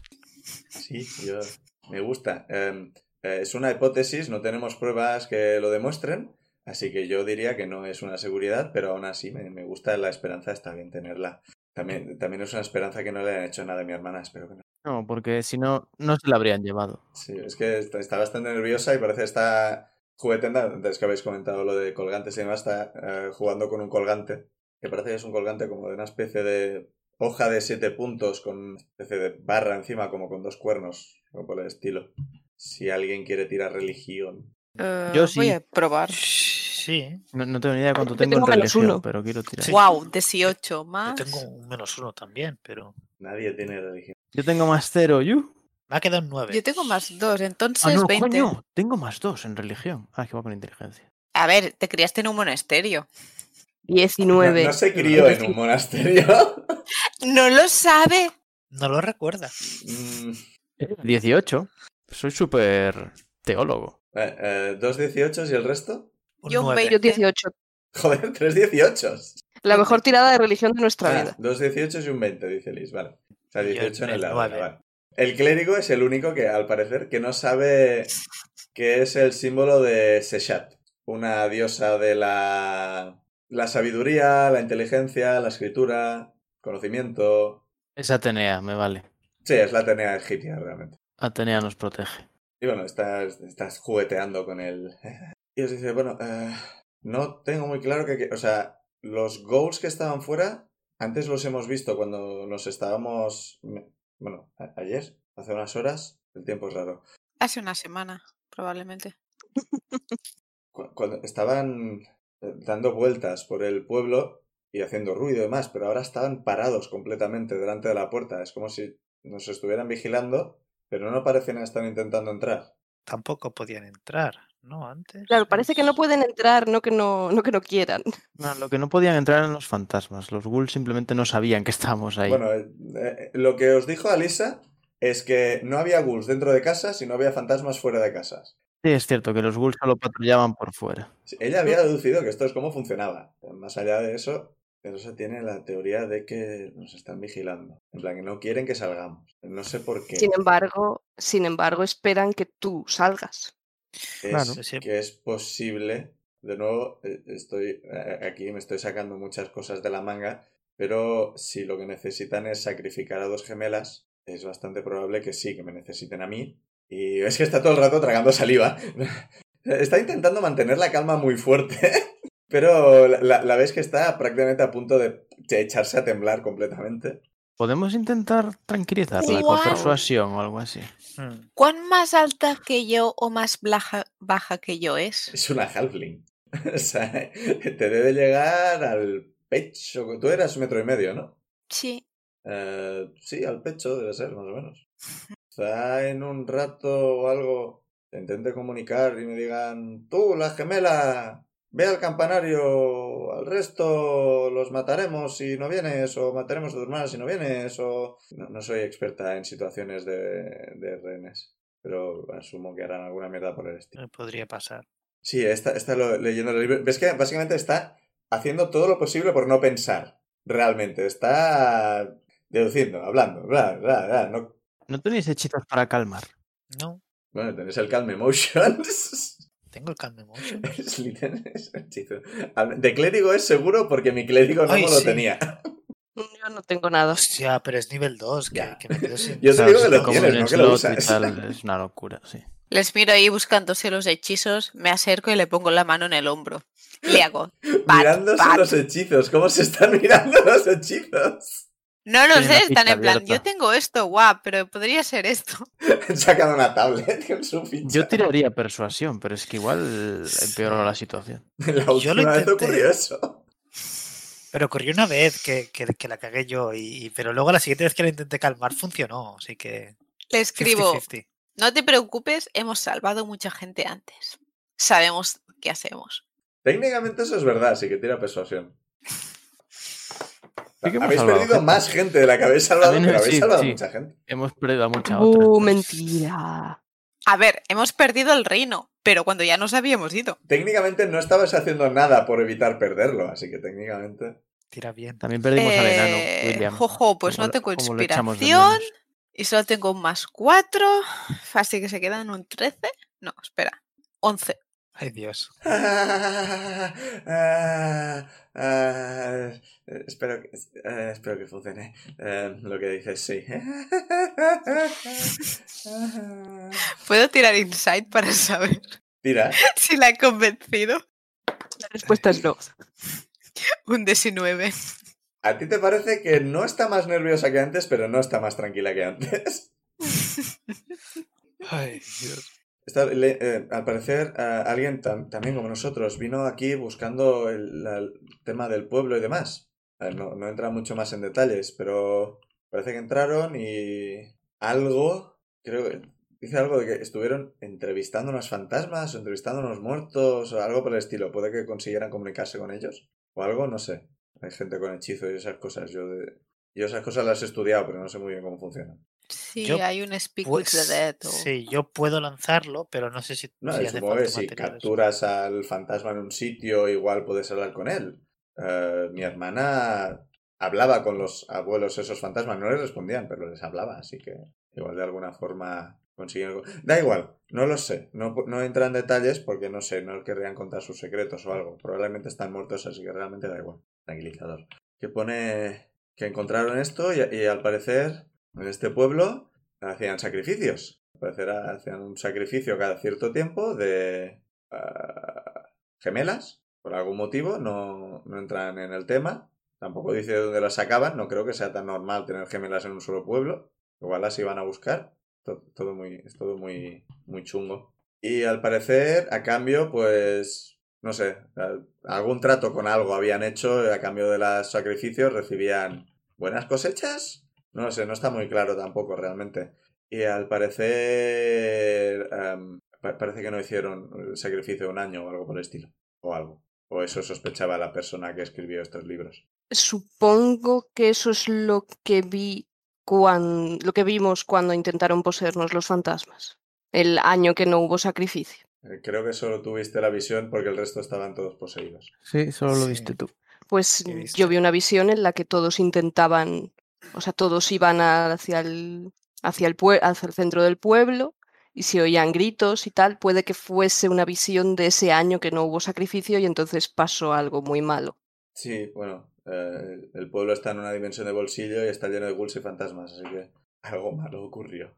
A: Sí, yo... me gusta. Eh, eh, es una hipótesis, no tenemos pruebas que lo demuestren, así que yo diría que no es una seguridad, pero aún así me, me gusta la esperanza, está bien tenerla. También, también es una esperanza que no le han hecho nada a mi hermana, espero que no.
E: No, porque si no, no se la habrían llevado.
A: Sí, es que está, está bastante nerviosa y parece que está juguetenda, antes que habéis comentado lo de colgantes y demás, está eh, jugando con un colgante, que parece que es un colgante como de una especie de hoja de siete puntos con una especie de barra encima, como con dos cuernos, o por el estilo. Si alguien quiere tirar religión.
D: Eh,
E: Yo
D: Voy
E: sí.
D: a probar.
C: Sí.
E: No, no tengo ni idea de cuánto
B: Yo
E: tengo,
B: tengo
E: en
B: menos
E: religión,
B: uno.
E: pero quiero tirar.
C: Sí.
D: Wow, 18
C: Yo
D: más.
C: tengo un menos uno también, pero.
A: Nadie tiene religión.
E: Yo tengo más cero, ¿you?
C: Me ha quedado un nueve.
D: Yo tengo más dos, entonces
E: Ah, no,
D: 20.
E: coño, tengo más dos en religión. Ah, es que va con inteligencia.
D: A ver, te criaste en un monasterio.
B: 19.
A: No, no se crió en un monasterio.
D: No lo sabe.
C: No lo recuerda.
A: Mm,
E: Eh, 18. Soy súper teólogo.
A: eh, eh, ¿Dos dieciochos y el resto?
C: Un
D: Yo un
C: nueve.
B: Yo 18.
A: Joder, tres dieciochos.
B: La mejor tirada de religión de nuestra
A: Ah,
B: vida.
A: dos 18 y un 20, dice Liz, vale. O sea,
C: Y el-
A: 18 en el
C: el
A: lado.
C: nueve.
A: vale. El clérigo es el único que, al parecer, que no sabe que es el símbolo de Seshat, una diosa de la, la sabiduría, la inteligencia, la escritura, conocimiento.
E: Es Atenea, me vale.
A: Sí, es la Atenea egipcia realmente.
E: Atenea nos protege.
A: Y bueno, estás, estás jugueteando con él. Y os dice, bueno, eh, no tengo muy claro que, que- O sea, los goals que estaban fuera, antes los hemos visto cuando nos estábamos... me- Bueno, a- ayer, hace unas horas, el tiempo es raro.
D: Hace una semana, probablemente.
A: cu- cuando estaban eh, dando vueltas por el pueblo y haciendo ruido y demás, pero ahora estaban parados completamente delante de la puerta. Es como si nos estuvieran vigilando, pero no parecen estar intentando entrar.
C: Tampoco podían entrar, ¿no? Antes.
B: Claro, parece que no
C: pues,
B: pueden entrar, no que no, no que no quieran.
E: No, lo que no podían entrar eran los fantasmas. Los ghouls simplemente no sabían que estábamos ahí.
A: Bueno, eh, eh, lo que os dijo Alisa es que no había ghouls dentro de casas y no había fantasmas fuera de casas.
E: Sí, es cierto que los ghouls solo patrullaban por fuera.
A: Sí, Ella había deducido que esto es cómo funcionaba. Más allá de eso, Rosa tiene la teoría de que nos están vigilando. En plan, que no quieren que salgamos. No sé por qué.
B: Sin embargo, sin embargo, esperan que tú salgas.
A: es
E: Claro.
C: Sí, sí.
A: que es posible. De nuevo, eh, estoy eh, aquí me estoy sacando muchas cosas de la manga, pero si lo que necesitan es sacrificar a dos gemelas, es bastante probable que sí, que me necesiten a mí. Y es que está todo el rato tragando saliva. Está intentando mantener la calma muy fuerte, pero la, la- la ves que está prácticamente a punto de de echarse a temblar completamente.
E: Podemos intentar tranquilizarla con
D: Igual.
E: persuasión o algo así.
C: mm,
D: ¿Cuán más alta que yo o más blaja- baja que yo es?
A: Es una halfling. O sea, te debe llegar al pecho. Tú eras un metro y medio, ¿no?
D: Sí.
A: Eh, sí, al pecho debe ser, más o menos. Quizá en un rato o algo te intente comunicar y me digan, tú, la gemela, ve al campanario, al resto los mataremos si no vienes, o mataremos a tu hermana si no vienes, o... No, no soy experta en situaciones de, de rehenes, pero asumo que harán alguna mierda por el estilo.
C: eh, podría pasar.
A: Sí, está, está lo- leyendo el libro. Ves que básicamente está haciendo todo lo posible por no pensar. Realmente. Está deduciendo, hablando, bla, bla, bla. No...
E: ¿No tenéis hechizos para calmar?
C: No,
A: Bueno, tenéis el Calm Emotion.
C: tengo el calm emotion.
A: Es literal, es un hechizo. Al- De clérigo es seguro porque mi clérigo no
C: Ay,
A: lo
C: sí.
A: tenía.
B: Mm, Yo no tengo nada.
C: Hostia, pero es nivel 2, que,
A: Ya.
C: que me quedo sin.
A: Yo te
E: Claro,
A: digo
E: si
A: que lo
E: te comes
A: tienes,
E: un
A: no que lo
E: slot y
A: usas.
E: tal, es una locura, sí.
D: Les miro ahí buscándose los hechizos, me acerco y le pongo la mano en el hombro. Le hago. pat,
A: Mirándose
D: pat.
A: los hechizos. ¿Cómo se están mirando los hechizos?
D: No lo
E: Tiene la
D: sé, están
E: ficha
D: en plan,
E: abierta.
D: yo tengo esto, guau, pero podría ser esto.
A: Han sacado una tablet con su ficha.
E: Yo tiraría persuasión, pero es que igual empeoró la situación.
A: La
C: Yo lo
A: última vez
C: intenté.
A: ocurrió eso.
C: Pero ocurrió una vez que, que- que la cagué yo, y, y- pero luego la siguiente vez que la intenté calmar funcionó, así que.
D: Le
C: 50
D: escribo, no te preocupes, hemos salvado mucha gente antes. Sabemos qué hacemos.
A: Técnicamente eso es verdad, sí que tira persuasión.
E: que hemos
A: habéis
E: salvado
A: perdido
E: gente.
A: más gente de la que habéis salvado,
E: También
A: pero
E: es-
A: habéis
E: sí,
A: salvado
E: sí.
A: mucha gente.
E: Hemos perdido a mucha otra.
B: Uh, mentira.
D: A ver, hemos perdido el reino, pero cuando ya nos habíamos ido.
A: Técnicamente no estabas haciendo nada por evitar perderlo, así que técnicamente.
C: Tira bien.
E: También perdimos al
D: Eh,
E: enano, William.
D: Jojo, pues
E: Como
D: no
E: lo-
D: tengo
E: como lo echamos de
D: inspiración
E: menos.
D: y solo tengo un más 4, así que se quedan un 13. No, espera, 11.
C: Ay, Dios.
A: Ah, ah, ah, eh, espero, que, eh, espero que funcione eh, lo que dices, sí.
D: ¿Puedo tirar insight para saber
A: Tira.
D: si la he convencido?
B: La respuesta es no.
D: Un 19.
A: A ti te parece que no está más nerviosa que antes, pero no está más tranquila que antes.
C: Ay, Dios.
A: Esta le- eh, al parecer, eh, alguien tam- también como nosotros vino aquí buscando el, la- el tema del pueblo y demás. A ver, no, no entra mucho más en detalles, pero parece que entraron y algo, creo que dice algo de que estuvieron entrevistando unos fantasmas o entrevistando unos muertos o algo por el estilo. Puede que consiguieran comunicarse con ellos o algo, no sé. Hay gente con hechizo y esas cosas. Yo, de- yo esas cosas las he estudiado, pero no sé muy bien cómo funcionan.
D: Sí,
C: Yo,
D: hay un Speak
C: Pues,
D: with the Dead. o-
C: sí, yo puedo lanzarlo, pero no sé si,
A: No,
C: si
A: y
C: hace
A: supongo que
C: falta
A: si
C: materiales.
A: capturas al fantasma en un sitio, igual puedes hablar con él. Eh, mi hermana hablaba con los abuelos esos fantasmas, no les respondían, pero les hablaba, así que igual de alguna forma consiguen algo. Da igual, no lo sé. No, pu- no entra en detalles porque no sé, no querrían contar sus secretos o algo. Probablemente están muertos, así que realmente da igual. Tranquilizador. Que pone que encontraron esto y, y al parecer en este pueblo hacían sacrificios. Al parecer hacían un sacrificio cada cierto tiempo de ah, gemelas. Por algún motivo no, no entran en el tema. Tampoco dice de dónde las sacaban. No creo que sea tan normal tener gemelas en un solo pueblo. Igual las iban a buscar to- todo, muy, es todo muy, muy chungo. Y al parecer, a cambio, pues, no sé, al- algún trato con algo habían hecho, a cambio de los sacrificios recibían buenas cosechas. No lo sé, no está muy claro tampoco realmente. Y al parecer, em, pa- parece que no hicieron el sacrificio de un año o algo por el estilo. O algo. O eso sospechaba la persona que escribió estos libros.
B: Supongo que eso es lo que vi cuan- lo que vimos cuando intentaron poseernos los fantasmas. El año que no hubo sacrificio.
A: Eh, Creo que solo tuviste la visión porque el resto estaban todos poseídos.
E: Sí, solo lo
C: Sí.
E: viste tú.
B: Pues
C: Qué
B: yo
C: bestia.
B: vi una visión en la que todos intentaban, o sea, todos iban a- hacia el, hacia el, pue- hacia el centro del pueblo y se oían gritos y tal. Puede que fuese una visión de ese año que no hubo sacrificio y entonces pasó algo muy malo.
A: Sí, bueno, eh, el pueblo está en una dimensión de bolsillo y está lleno de ghouls y fantasmas, así que algo malo ocurrió.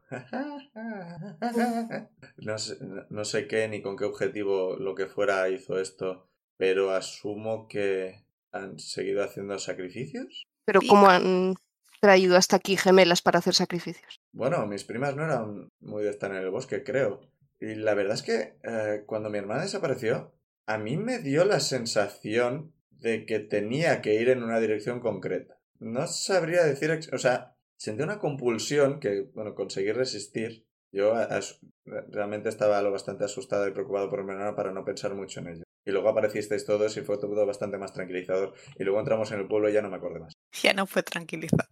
A: No sé, no sé qué ni con qué objetivo lo que fuera hizo esto, pero asumo que han seguido haciendo sacrificios.
B: Pero
D: Pic.
B: ¿cómo han traído hasta aquí gemelas para hacer sacrificios?
A: Bueno, mis primas no eran muy de estar en el bosque, creo. Y la verdad es que eh, cuando mi hermana desapareció, a mí me dio la sensación de que tenía que ir en una dirección concreta. No sabría decir, ex- o sea, sentí una compulsión que, bueno, conseguí resistir. Yo a- as- re- realmente estaba lo bastante asustado y preocupado por mi hermana para no pensar mucho en ello. Y luego aparecisteis todos y fue todo bastante más tranquilizador. Y luego entramos en el pueblo y ya no me acordé más.
D: Ya no fue tranquilizador.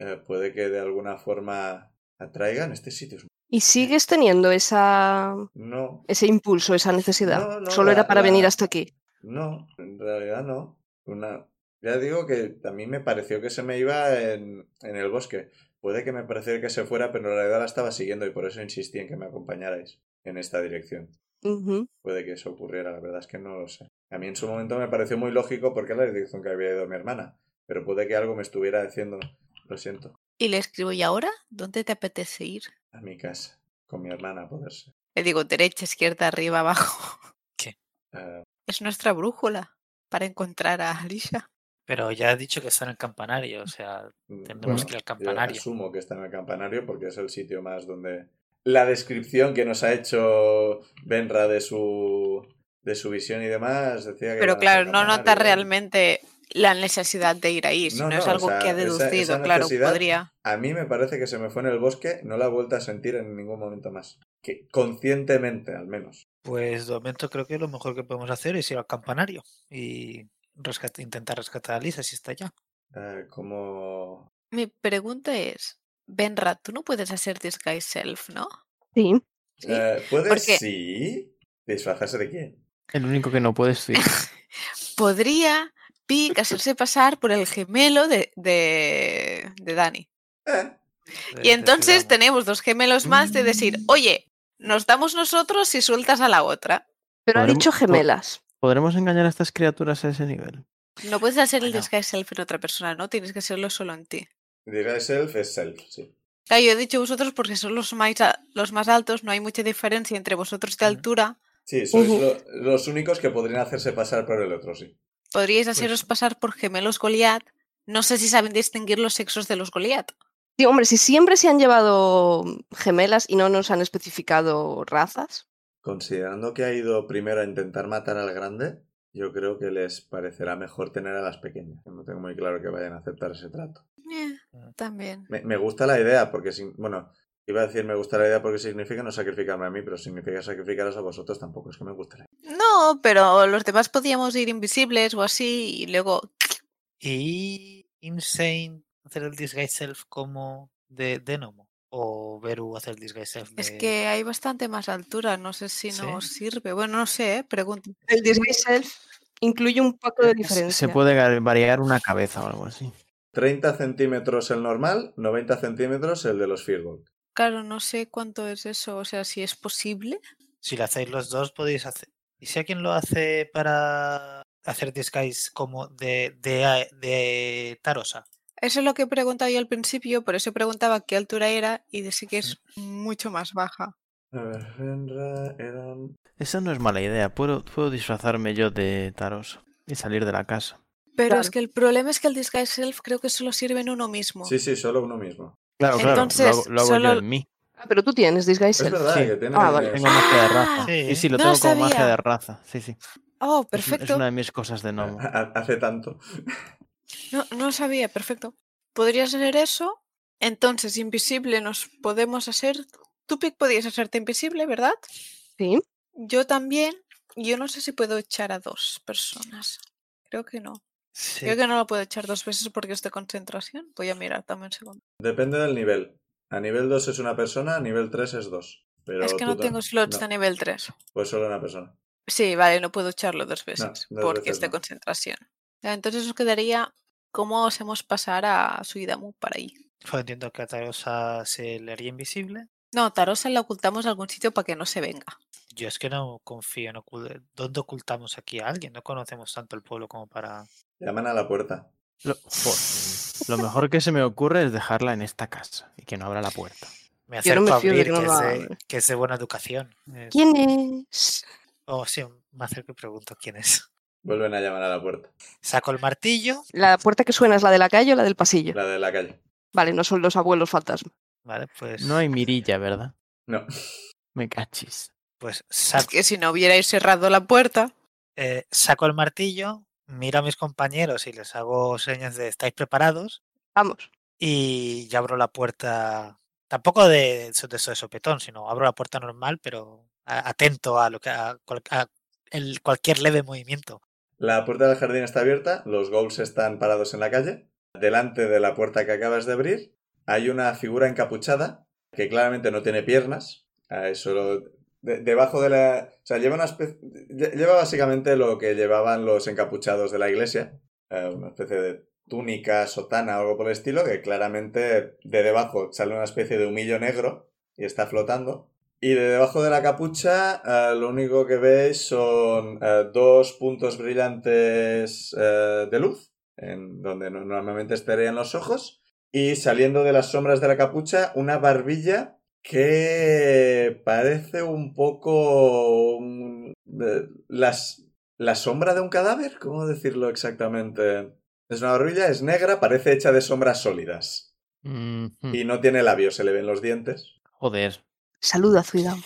A: Eh, puede que de alguna forma atraigan este sitio. es
B: ¿Y sigues teniendo esa,
A: No,
B: ese impulso, esa necesidad?
A: No, no,
B: Solo
A: la-
B: era para venir
A: la-
B: hasta aquí.
A: no, en realidad no. Una... Ya digo que a mí me pareció que se me iba en, en el bosque. Puede que me pareciera que se fuera, pero en realidad la estaba siguiendo y por eso insistí en que me acompañarais en esta dirección.
B: Ujú.
A: Puede que eso ocurriera, la verdad es que no lo sé. A mí en su momento me pareció muy lógico porque era la dirección que había ido mi hermana, pero puede que algo me estuviera diciendo, lo siento,
D: Y le escribo, ¿y ahora? ¿Dónde te apetece ir?
A: a mi casa, con mi hermana a poder ser.
D: Le digo, derecha, izquierda, arriba, abajo.
A: Eh,
D: Es nuestra brújula para encontrar a Alicia.
C: Pero ya he dicho que está en el campanario, o sea, Tendremos que ir al
A: Mm, yo
C: campanario.
A: asumo que está en el campanario porque es el sitio más donde la descripción que nos ha hecho Benra de su de su visión y demás decía que
D: Pero
A: van hasta
D: claro,
A: el
D: no nota
A: campanario.
D: realmente la necesidad de ir ahí, sino
A: no,
D: es
A: o
D: algo
A: sea,
D: que ha
A: esa-
D: deducido,
A: esa
D: claro,
A: necesidad-
D: podría.
A: A mí me parece que se me fue en el bosque, no la he vuelto a sentir en ningún momento más. Que conscientemente, al menos.
C: pues de momento creo que lo mejor que podemos hacer es ir al campanario y rescat- intentar rescatar a Lisa si está allá.
A: Eh, como
D: Mi pregunta es, Benra, tú no puedes hacer disguise self, ¿no?
B: Sí.
D: Sí.
A: eh, ¿Puedes
D: porque-
A: sí disfrazarse de quién?
E: El único que no puede estudiar.
D: Podría Pic hacerse pasar por el gemelo de, de, de Dani.
A: Eh,
D: Y
C: Desde
D: entonces
C: Sudamérica.
D: tenemos dos gemelos más de decir, oye, nos damos nosotros y sueltas a la otra.
B: Pero ha
E: Podremos-
B: dicho
E: po-
B: gemelas.
E: ¿Podremos engañar a estas criaturas a ese nivel?
D: No puedes hacer el
C: Bueno.
D: disguise self en otra persona, ¿no? Tienes que hacerlo solo en ti.
A: Disguise self es self, sí.
D: Claro, yo he dicho vosotros porque son los más, a- los más altos, no hay mucha diferencia entre vosotros de
C: Ujú.
D: altura.
A: Sí, sois
B: Ujú.
A: lo- los únicos que podrían hacerse pasar por el otro, sí.
D: Podríais haceros pasar por gemelos Goliat. No sé si saben distinguir los sexos de los Goliat.
B: Sí, hombre, si siempre se han llevado gemelas y no nos han especificado razas.
A: Considerando que ha ido primero a intentar matar al grande, yo creo que les parecerá mejor tener a las pequeñas. No tengo muy claro que vayan a aceptar ese trato.
D: Eh,
C: Ujú.
D: también.
A: Me, me gusta la idea, porque, sin- bueno, iba a decir me gusta la idea porque significa no sacrificarme a mí, pero significa sacrificaros a vosotros tampoco, es que me gusta la idea.
D: No, pero los demás podíamos ir invisibles o así y luego
C: Y Insane hacer el disguise self como de, de Nomo. O Beru hacer el disguise self de...
D: es que hay bastante más altura. No sé si
C: ¿Sí?
D: nos sirve. Bueno, no sé, ¿eh? pregunto.
B: El disguise self incluye un poco de
E: Eh, Se-
B: diferencia.
E: Se puede ga- variar una cabeza o algo así.
A: 30 centímetros el normal, 90 centímetros el de los Firbolg.
D: Claro, no sé cuánto es eso, o sea, si es posible.
C: Si lo hacéis los dos, podéis hacer. Y si alguien lo hace para hacer disguise como de, de, de Tarosa.
D: Eso es lo que he preguntado yo al principio, por eso preguntaba qué altura era y de sí que es mucho más baja.
A: A ver, Renra, Eran.
E: Esa no es mala idea. Puedo, puedo disfrazarme yo de Taros y salir de la casa.
D: Pero
B: Claro.
D: es que el problema es que el disguise self creo que solo sirve en uno mismo.
A: Sí, sí, solo uno mismo.
E: Claro, claro.
D: Entonces,
E: lo hago, lo hago
D: solo-
E: yo en mí.
B: Ah, pero tú tienes Disguise
A: Es
B: Self.
A: verdad
E: Sí.
A: que tiene.
B: Ah, vale.
E: Tengo magia de raza.
D: Ah,
E: Sí, sí, lo
D: no
E: tengo
D: lo
E: como magia
D: sabía.
E: de raza. Sí, sí. Es-
D: Oh,
E: Es,
D: perfecto.
E: una de mis cosas de gnomo.
A: Ha- Hace tanto.
D: No, no lo sabía, perfecto. Podrías hacer eso. Entonces, invisible nos podemos hacer. Tú, Pic, podías hacerte invisible, ¿verdad?
B: Sí.
D: Yo también. Yo no sé si puedo echar a dos personas. Creo que no.
C: Sí.
D: Creo que no lo puedo echar dos veces porque es de concentración. Voy a mirar también un segundo.
A: Depende del nivel. A nivel 2 es una persona, a nivel 3 es dos. Pero
D: es que
A: tú
D: no
A: ta-
D: tengo slots
A: no.
D: de nivel 3.
A: Pues solo una persona.
D: Sí, vale, no puedo echarlo dos veces
A: dos
D: porque
A: veces
D: es de
A: no.
D: concentración. Ya, Entonces nos quedaría cómo hacemos pasar a Suidamu para ahí.
C: Pues entiendo que a Tarosa se le haría invisible.
D: No, Tarosa la ocultamos a algún sitio para que no se venga.
C: Yo es que no confío en ocul- dónde ocultamos aquí a alguien. No conocemos tanto el pueblo como para.
A: Llaman a la puerta.
E: Lo, jo- lo mejor que se me ocurre es dejarla en esta casa y que no abra la puerta.
C: Me
B: Yo no
C: acerco
B: me
C: a
B: fío de
C: abrir,
B: que no
C: que,
B: lo
C: es de,
B: abra.
C: que es de buena educación. Es-
B: ¿Quién es?
C: Oh, sí, me acerco y pregunto quién es.
A: Vuelven a llamar a la puerta.
C: Saco el martillo,
B: ¿La puerta que suena es la de la calle o la del pasillo?
A: La de la calle.
B: Vale, no son los abuelos fantasma.
C: vale, pues,
E: No hay mirilla, ¿verdad?
A: No.
E: Me cachis.
C: pues
D: Es
C: saco,
D: que si no hubierais cerrado la puerta.
C: eh, saco el martillo, miro a mis compañeros y les hago señas de estáis preparados
B: Vamos.
C: y ya abro la puerta, tampoco de, eso- de eso de sopetón, sino abro la puerta normal, pero a- atento a lo que a cual- a el- cualquier leve movimiento.
A: La puerta del jardín está abierta, los ghouls están parados en la calle. Delante de la puerta que acabas de abrir hay una figura encapuchada que claramente no tiene piernas. Ah, es Solo de- debajo de la... O sea, lleva, una espe- lle- lleva básicamente lo que llevaban los encapuchados de la iglesia. eh, una especie de túnica, sotana o algo por el estilo, que claramente de debajo sale una especie de humillo negro y está flotando. Y de debajo de la capucha eh, lo único que veis son eh, dos puntos brillantes eh, de luz, en donde no- normalmente estarían los ojos, y saliendo de las sombras de la capucha una barbilla que parece un poco un- de- las, la sombra de un cadáver, ¿cómo decirlo exactamente? Es una barbilla, es negra, parece hecha de sombras sólidas.
E: Ujú.
A: Y no tiene labios, se le ven los dientes.
E: Joder.
B: Saluda, Zuidam.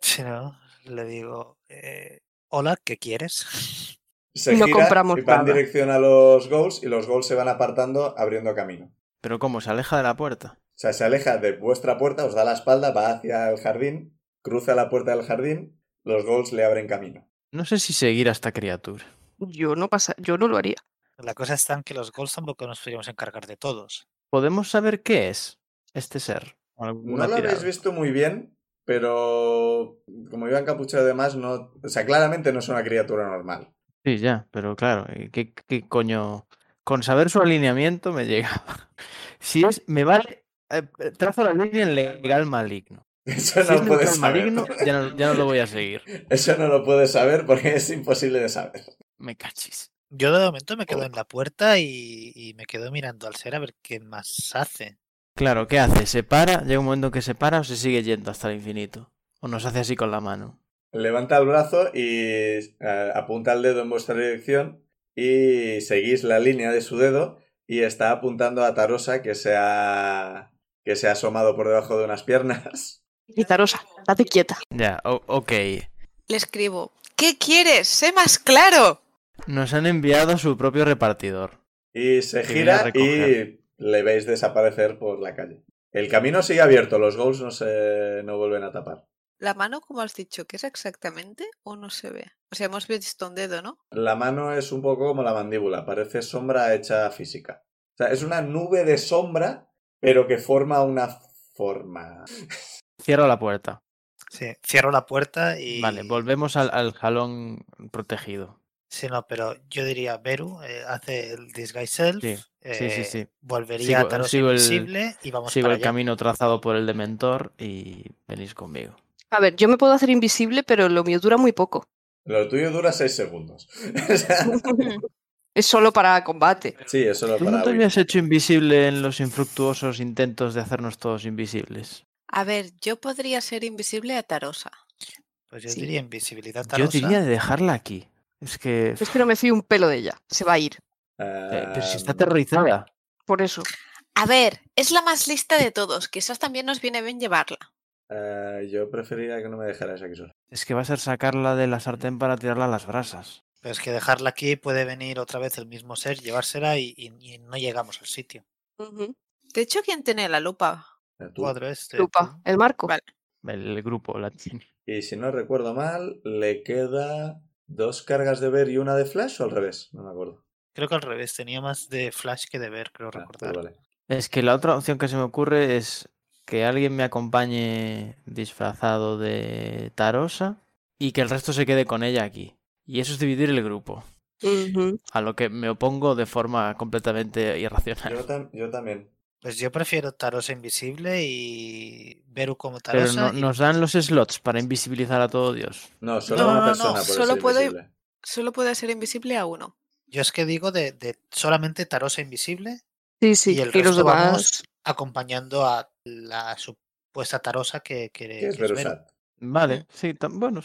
C: Si no, le digo, eh, hola, ¿qué quieres?
A: se
B: Y no
A: gira
B: compramos
A: y va en
B: nada.
A: dirección a los goals y los goals se van apartando abriendo camino.
E: Pero ¿cómo? ¿Se aleja de la puerta?
A: O sea, se aleja de vuestra puerta, os da la espalda, va hacia el jardín, cruza la puerta del jardín, los goals le abren camino.
E: No sé si seguir a esta criatura.
B: Yo no pasa, yo no lo haría.
C: La cosa está en que los gols tampoco nos podríamos encargar de todos.
E: ¿Podemos saber qué es este ser?
A: No
E: ¿Alguna
A: lo habéis
E: tirada?
A: visto muy bien, pero como iba encapuchado de más, no... O sea, claramente no es una criatura normal.
E: Sí, ya, pero claro, ¿y ¿qué, qué coño? Con saber su alineamiento me llegaba. Si es, me vale, eh, eh, trazo la línea en legal maligno.
A: Eso
E: Si es
A: no
E: legal
A: puedes saber.
E: maligno, ya no, ya no lo voy a seguir.
A: Eso no lo puedes saber porque es imposible de saber.
E: Me cachis.
C: Yo de momento me quedo en la puerta y, y me quedo mirando al ser a ver qué más hace.
E: Claro, ¿qué hace? ¿Se para? ¿Llega un momento en que se para o se sigue yendo hasta el infinito? ¿O nos hace así con la mano?
A: Levanta el brazo y eh, apunta el dedo en vuestra dirección y seguís la línea de su dedo y está apuntando a Tarosa que se ha, que se ha asomado por debajo de unas piernas.
B: Quitarosa, date quieta.
E: Ya, o- ok.
D: Le escribo, ¿qué quieres? ¡Sé más claro!
E: Nos han enviado su propio repartidor.
A: Y se
E: Que viene a
A: gira y
E: recoger.
A: le veis desaparecer por la calle. El camino sigue abierto, los goals no se no vuelven a tapar.
D: La mano, como has dicho, ¿qué es exactamente o no se ve? O sea, hemos visto un dedo, ¿no?
A: La mano es un poco como la mandíbula, parece sombra hecha física. O sea, es una nube de sombra, pero que forma una forma.
E: Cierro la puerta.
C: Sí, cierro la puerta y
E: Vale, volvemos al, al jalón protegido.
C: Sí, no, pero yo diría Beru eh, hace el Disguise Self.
E: Sí, sí, sí,
C: eh,
E: sí.
C: Volvería
E: Sigo-
C: a Taros
E: sigo el-
C: Invisible y vamos
E: Sigo
C: para
E: el
C: allá.
E: camino trazado por el Dementor y venís conmigo.
B: A ver, yo me puedo hacer invisible, pero lo mío dura muy poco.
A: Lo tuyo dura 6 segundos. O sea,
B: es solo para combate.
A: sí, es solo
E: ¿Tú no
A: para
E: te
A: huir.
E: habías hecho invisible en los infructuosos intentos de hacernos todos invisibles?
D: A ver, yo podría ser invisible a Tarosa.
C: Pues yo
B: Sí.
C: diría Invisibilidad
E: Yo
C: Tarosa.
E: diría de dejarla aquí. Es que...
B: Es que no me fío un pelo de ella. Se va a ir.
E: eh, Pero si está
A: Ah,
E: aterrorizada.
B: Por eso.
D: A ver, es la más lista de todos. Quizás también nos viene bien llevarla.
A: ah, yo preferiría que no me dejaras aquí solo.
E: Es que va a ser sacarla de la sartén para tirarla a las brasas.
C: Pero es que dejarla aquí puede venir otra vez el mismo ser, llevársela y, y- y no llegamos al sitio.
B: Ujú.
D: De hecho, ¿quién tiene la lupa?
A: Eh,
C: Cuadro este.
B: Lupa,
C: tú.
B: el marco.
D: Vale.
E: El grupo la tiene.
A: Y si no recuerdo mal, le queda dos cargas de ver y una de flash o al revés. No me acuerdo.
C: Creo que al revés, tenía más de flash que de ver, creo
A: Ah,
C: recordar.
A: pues vale.
E: Es que la otra opción que se me ocurre es que alguien me acompañe disfrazado de Tarosa y que el resto se quede con ella aquí. Y eso es dividir el grupo,
B: Ujú.
E: a lo que me opongo de forma completamente irracional.
A: Yo, tam- yo también.
C: Pues yo prefiero Tarosa Invisible y Beru como
E: Pero
C: Tarosa.
E: no-
C: y-
E: nos dan los slots para invisibilizar a todo Dios.
A: No, solo
D: No,
A: una
D: no, no,
A: persona puede
D: solo
A: ser
D: puedo-
A: invisible.
D: Solo puede ser invisible a uno.
C: Yo es que digo de, de solamente Tarosa Invisible
B: Sí, sí.
C: y el
B: Y, los
C: resto
B: demás.
C: vamos acompañando a la supuesta Tarosa que,
A: Que
C: que- que
A: es
E: Eh,
C: es Beru.
A: Verusat.
E: Vale, sí, tam- bueno, sí.